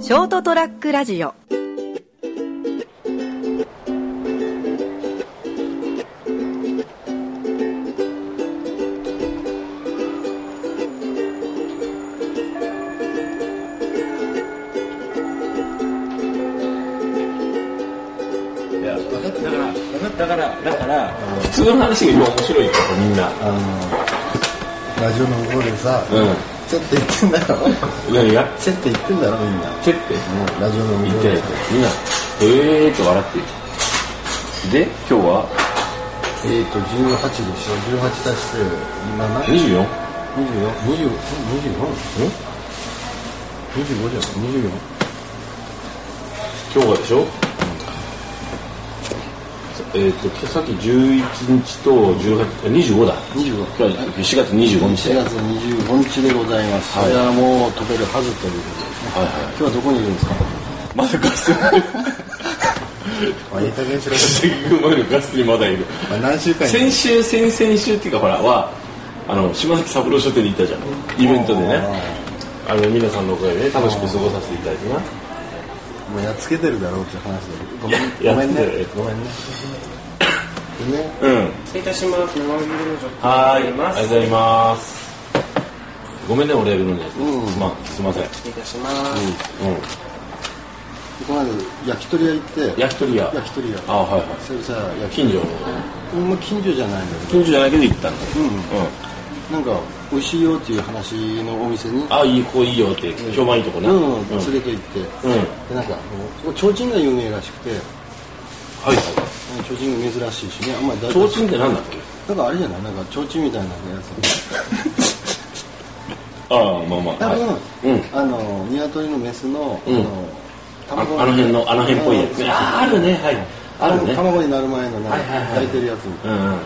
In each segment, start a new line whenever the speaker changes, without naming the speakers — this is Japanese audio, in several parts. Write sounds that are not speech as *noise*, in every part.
ショートトラックラジオ
いや分かっただから分かっただからだから普通の話が今面白いよみんな
ラジオの向こうでさ、
うん
ちょっと言ってんだろ
何が
ちょっと言ってんだろみんな、
チェって
うん、ラジオの向
言
こ
っ
う
てない
で
とみんなえーって笑ってるで今日は
えっ、と18でしょ18足して今何 24?
24
24? 24? ん25じゃん24
今日はでしょえっ、と今日さっき11日と18あ25だ
25
今日は4月25日
4
だよ
月25日でございます、
はい
それはもう飛べるはずということで、
はい
ね今日はどこにいるんですか
*laughs* まだガス
いい加減しろ
関君までガスにまだいる
何週間
先週先々週っていうかほらはあの島崎三郎書店に行ったじゃんイベントでねあの皆さんのおかげでね楽しく過ごさせていただきま
もうやっつけてるだろうって話だけど
いや
ごめんごめんね
やっつけてる
ごめんねでね
すうん
失礼いたします。生ビールジョッキ
はーいあり
にな
がとう
りま
ご
す。
ざいますごめんね俺やるのに、
うん
まあすいません、
失礼いたします。
う
この間焼き鳥屋行って
ん、焼き鳥屋
焼き鳥屋
あはいはい
それさ焼き
近所の
鳥も近所じゃないんだけ
近所じゃないけど行ったんだ
ど、うん、
うん
なんか美味しいよっていう話のお店に
あいいここいいよって評判いいとこな
う
うん
ん
はい
連れて行って、
うん
でなんかもう提灯が有名らしくて
はい
提灯が珍しいしねあんまり大
提
体
灯って何だっけ
なんかあれじゃないなんか提灯みたいなやつ
ああまあまあ
多分、
はい、うん
あの鶏のメスの、
うん
あの
ああの辺のあの辺っぽいやつねあーあるねはいあるね
卵になる前のなんか
はいはいはい
抱いてるやつみたいな、
うんうん、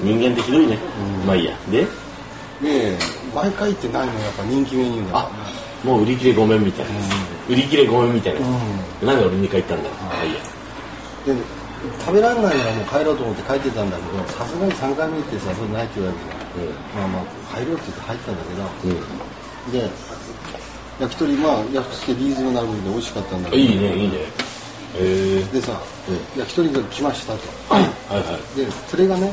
人間ってひどいね、まあいいやで
で毎回行ってないのがやっぱ人気メニューだからね
もう売り切れごめんみたいな、売り切れごめんみたいな、なんで俺2回行ったんだろう、まあいいや
で食べられないならもう帰ろうと思って帰ってたんだけどさすがに3回目行ってさそれないって言われてまあまあ入ろうって言って入ったんだ
うん、
けどで焼き鳥まあ安くてリーズナブルで美味しかったんだけど
いいねいいねへえ
でさ、
う
焼き鳥が来ましたと
はいはい
でそれがね、
う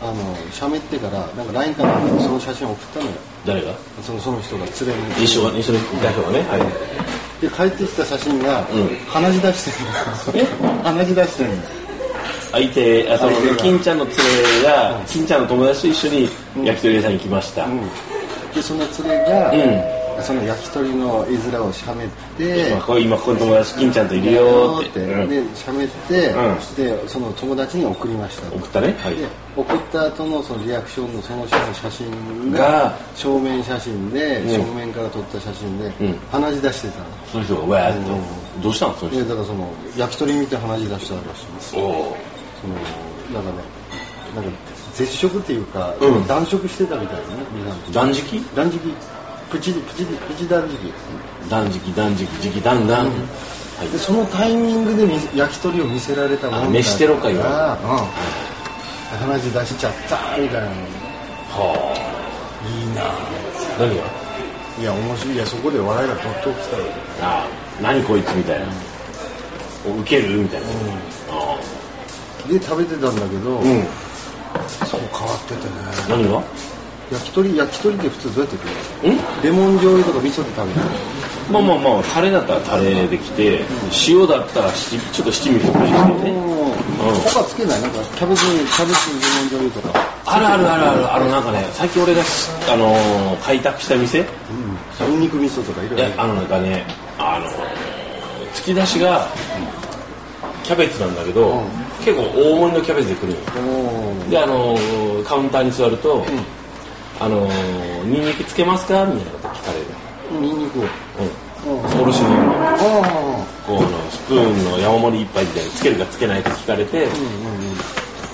あの喋ってからなんか LINE からその写真を送ったのよ
誰が
そのその人が連れに
一緒が一緒に行った人がねはい
で帰ってきた写真が、
うん
鼻血出してるの鼻血出してるの
相手あその
相手が
金ちゃんの連れが金ちゃんの友達と一緒に焼き鳥屋さんに来ました、
でその連れが、
う
その焼き鳥の絵面をしゃべって
今ここ今ここの友達金ちゃんといるよ
よ
ー
ー
っ、
ってて、
うん
でしゃべって、
う
でその友達に送りましたと
送ったねはい
で送った後のそのリアクションのその人の写真
が
が正面写真で、
うん
正面から撮った写真で、
ん
鼻血出してたの
その人がわーっと、
うん
どうしたのその
で
人、
だからその焼き鳥見て鼻血出したらしいです
おお
そのなんかねなんか絶食っていうか、
うん
断食してたみたいなねみんな
断食
断食プチプチプチ断食
断食断食時期だんだん、はい
でそのタイミングでみ焼き鳥を見せられたもんだから
あ飯テロかよ
うん鼻血出しちゃったみたいない
はい
なぁ
あ何が
いや面白いいやそこで笑いがとっときたよ
ああ何こいつみたいな、お受けるみたいな、あ
で食べてたんだけど、
あうん
そう変わっててね
何がん
焼き鳥焼き鳥って普通どうやって食うのレモン醤油とか味噌で食べるの
まあまあまあタレだったらタレできて、塩だったら七ちょっと七味とかしてね、
もう他つけないなんかキャベツにキャベツにレモン醤油とか
あるあるあるあるあのなんかね最近俺がし、あのー開拓した店、
ニンニク味噌とかいろ
い
いろ
やあのなんかねあの突き出しがキャベツなんだけど、
うん
結構大盛りのキャベツで来るのよ
もう
であのーカウンターに座ると「あのーニンニクつけますか?」みたいなこと聞かれる
ニンニクを
うんおろしの
ああ
こうあのスプーンの山盛り一杯みたいにつけるかつけないか聞かれて、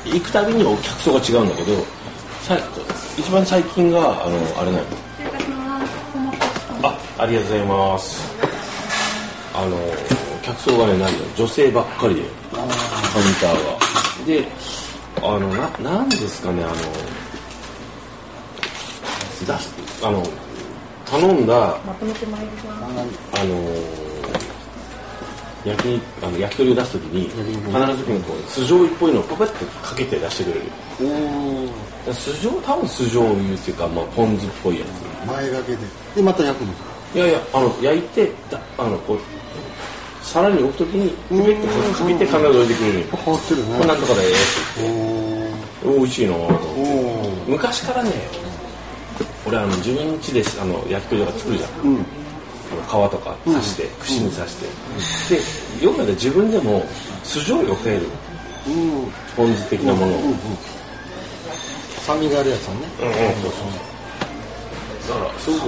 行くたびにお客層が違うんだけどさ一番最近があのあれなのあありがとうございますあのお客層がね何だ女性ばっかりでカウンターがであのななんですかねあのだあの頼んだあのー焼きあの焼き鳥を出すときに必ずこのこう酢醤油っぽいのをパパッとかけて出してくれる
おー
だから酢醤多分酢醤油っていうか、まあ、ポン酢っぽいや
前掛けででまた焼くの
ついやいやあの焼いてだあのこう皿に置くときにピペッてかけて必ず置いてくれるよ
変わってる
これ
ね
なんとかだよ
おー
美味しいなぁと思って
おー
昔からね俺あの自分家であの焼き鳥とか作るじゃん、
うん
あの皮とか刺して、串に刺して、で読んだら自分でも酢醤油を増える
うん
ポン酢的なものを、
うんうん酸味があるやつはね
うんうんそうそうだからすごく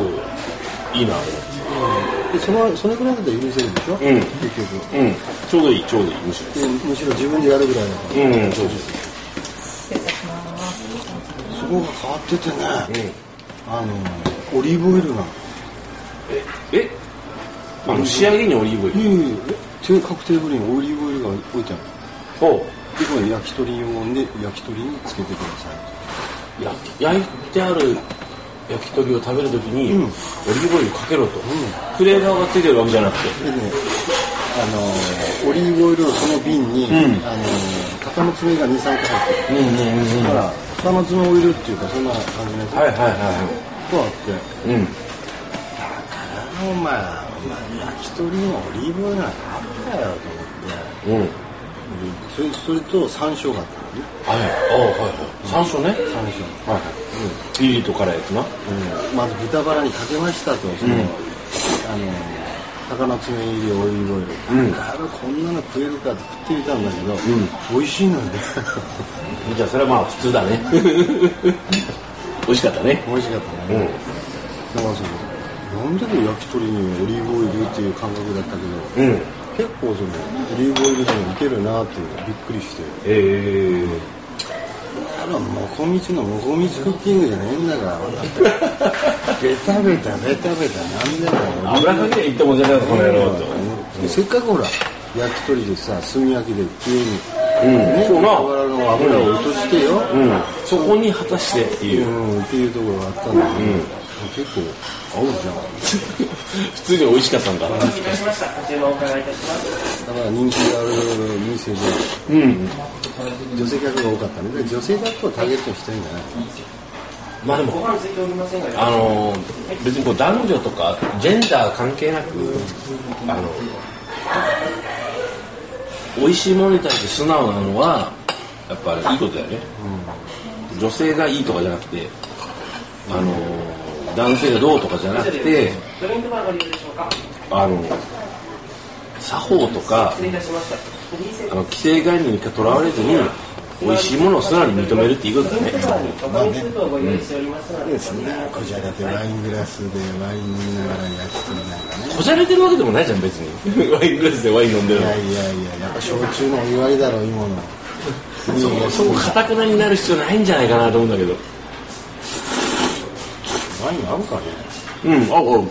いいなと
でそのそれぐらいだったら許せるでしょ、
ん
結局
思って、うん、ちょうどいいちょうどいいむし
でむしろ自分でやるぐらいだから
ろうん、うん、ちょうどいい
そこが変わっててね、
ん
あのオリーブオイルが
ええあの仕上げにオリーブ
い
油、
やいやいやえ各テーブルにオリーブオイルが置いてある
ほ
でこれ焼き鳥用で焼き鳥につけてくださ
う焼き焼いてある焼き鳥を食べるときに、オリーブオイルかけろと、フレーバーがついてるわけじゃなくて
いでねあのオリーブオイルをその瓶に、あの鷹の爪が23個入って
うんうんうんうん
るだから鷹の爪オイルっていうかそんな感じのやつ
はいはいは
とあって
いうん
お前、お前焼き鳥のオリーブオイルなんかあったよと思っ
うん
て、それそれと山椒があったのね、
はいあはいはい山椒ね
山椒。
はいピリッと辛いやつな
うん、まず豚バラにかけましたと、その、あの、鷹の爪入りオリーブオイル。
うん
だからこんなの食えるかって食ってみたんだけど、美味しいのよね。
じゃあそれはまあ普通だね *laughs* 美味しかったね
美味しかったね。だからその、なんでこう焼き鳥にオリーブオイルっていう感覚だったけど、
うん
結構その、オリーブオイルでもいけるなっていうびっくりして。
えー、
あのもこみちのもこみちクッキングじゃないんだからベタベタベタベタなんでも
油かけていったもんじゃないこの野郎と
せっかくほら焼き鳥でさ炭焼きできれいに、ね
そうな
豚バラの油を落としてよ、
うんそこに果たしてっていうう
んっていうところがあったんだけど、結構合うじゃん
普通に美味しかったんだ
いたしました。こちらお伺いいたします。
だから人気がある店で
うん
女性客が多かったので女性だけをターゲットにしてるんじゃない
まあで
ご
も
飯ついておりませんが、
あの別にこう男女とかジェンダー関係なくあの美味しいものに対して素直なのはやっぱいいことだよね、女性がいいとかじゃなくてあの男性がどうとかじゃなくて
ドリンクバーご利用でしょうか。
あの作法とか
失礼いたしました。フリーセッ
あ
ト
の既成概念にとらわれずに美味しいものを素直に認めるっていうことだ
ドリンクバー
ね
におかみスープをご用意しておりますので、
ですねこちらだってワイングラスでワイン飲みながら焼き鳥なんかね
こじゃれてるわけでもないじゃん別にワイングラスでワイン飲んでる
い
の
やいやいや、やっぱ焼酎のお祝いだろ、今の。
そう、そこ、かたくなになる必要ないんじゃないかなと思うんだけど。
ワイン合うかね。
うん、あ、うん。うん。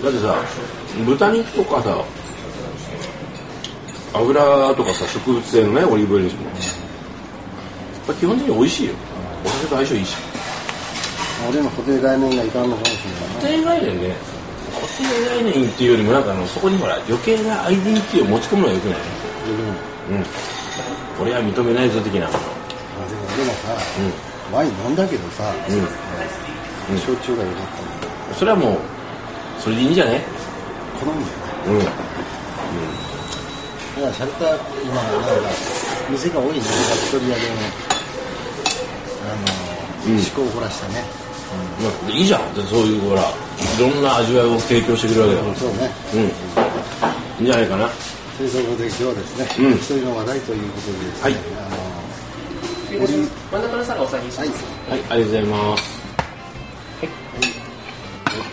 だってさ、豚肉とかさ、油とかさ、植物性のね、オリーブオイルにしても。やっぱ基本的に美味しいよ。お酒と相性いいし。
俺の固定概念がいかんのかもし
固定概念ね、固定概念っていうよりも、なんかあの、そこにほら、余計なアイデンティティを持ち込むのは良くない
れないな。
うん。俺は認めないぞ的な。
まあでも、でもさ、ワイン飲んだけどさ、焼酎が良かったんだよ
それはもう、それでいいんじゃない
好みだよ
うん。
ね。だから、シャルタ、今、なんか、店が多いね、焼き鳥屋でも。あの、思考を凝らしたね。
まあ、いいじゃんでそういうほらいろんな味わいを提供してくれるわけだか
そうね。
らうんいいんじゃないかな
ということで、今日はですね、
うん
一人の話題ということでですね、
はい
あの、
真ん中の皿をお下げしま
はい。。
す
はいありがとうございますはいこ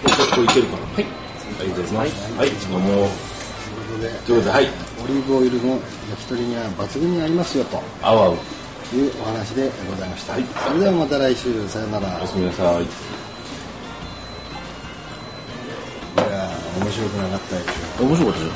れこれいけるかなはいありがとうございますはいどうも
ということで、
ということではい
オリーブオイルの焼き鳥には抜群に合いますよと
あわう
いうお話でございました、
はい
それではまた来週さよなら
おや
い
すみなさい
やー面白くなかったです
面白かったじゃん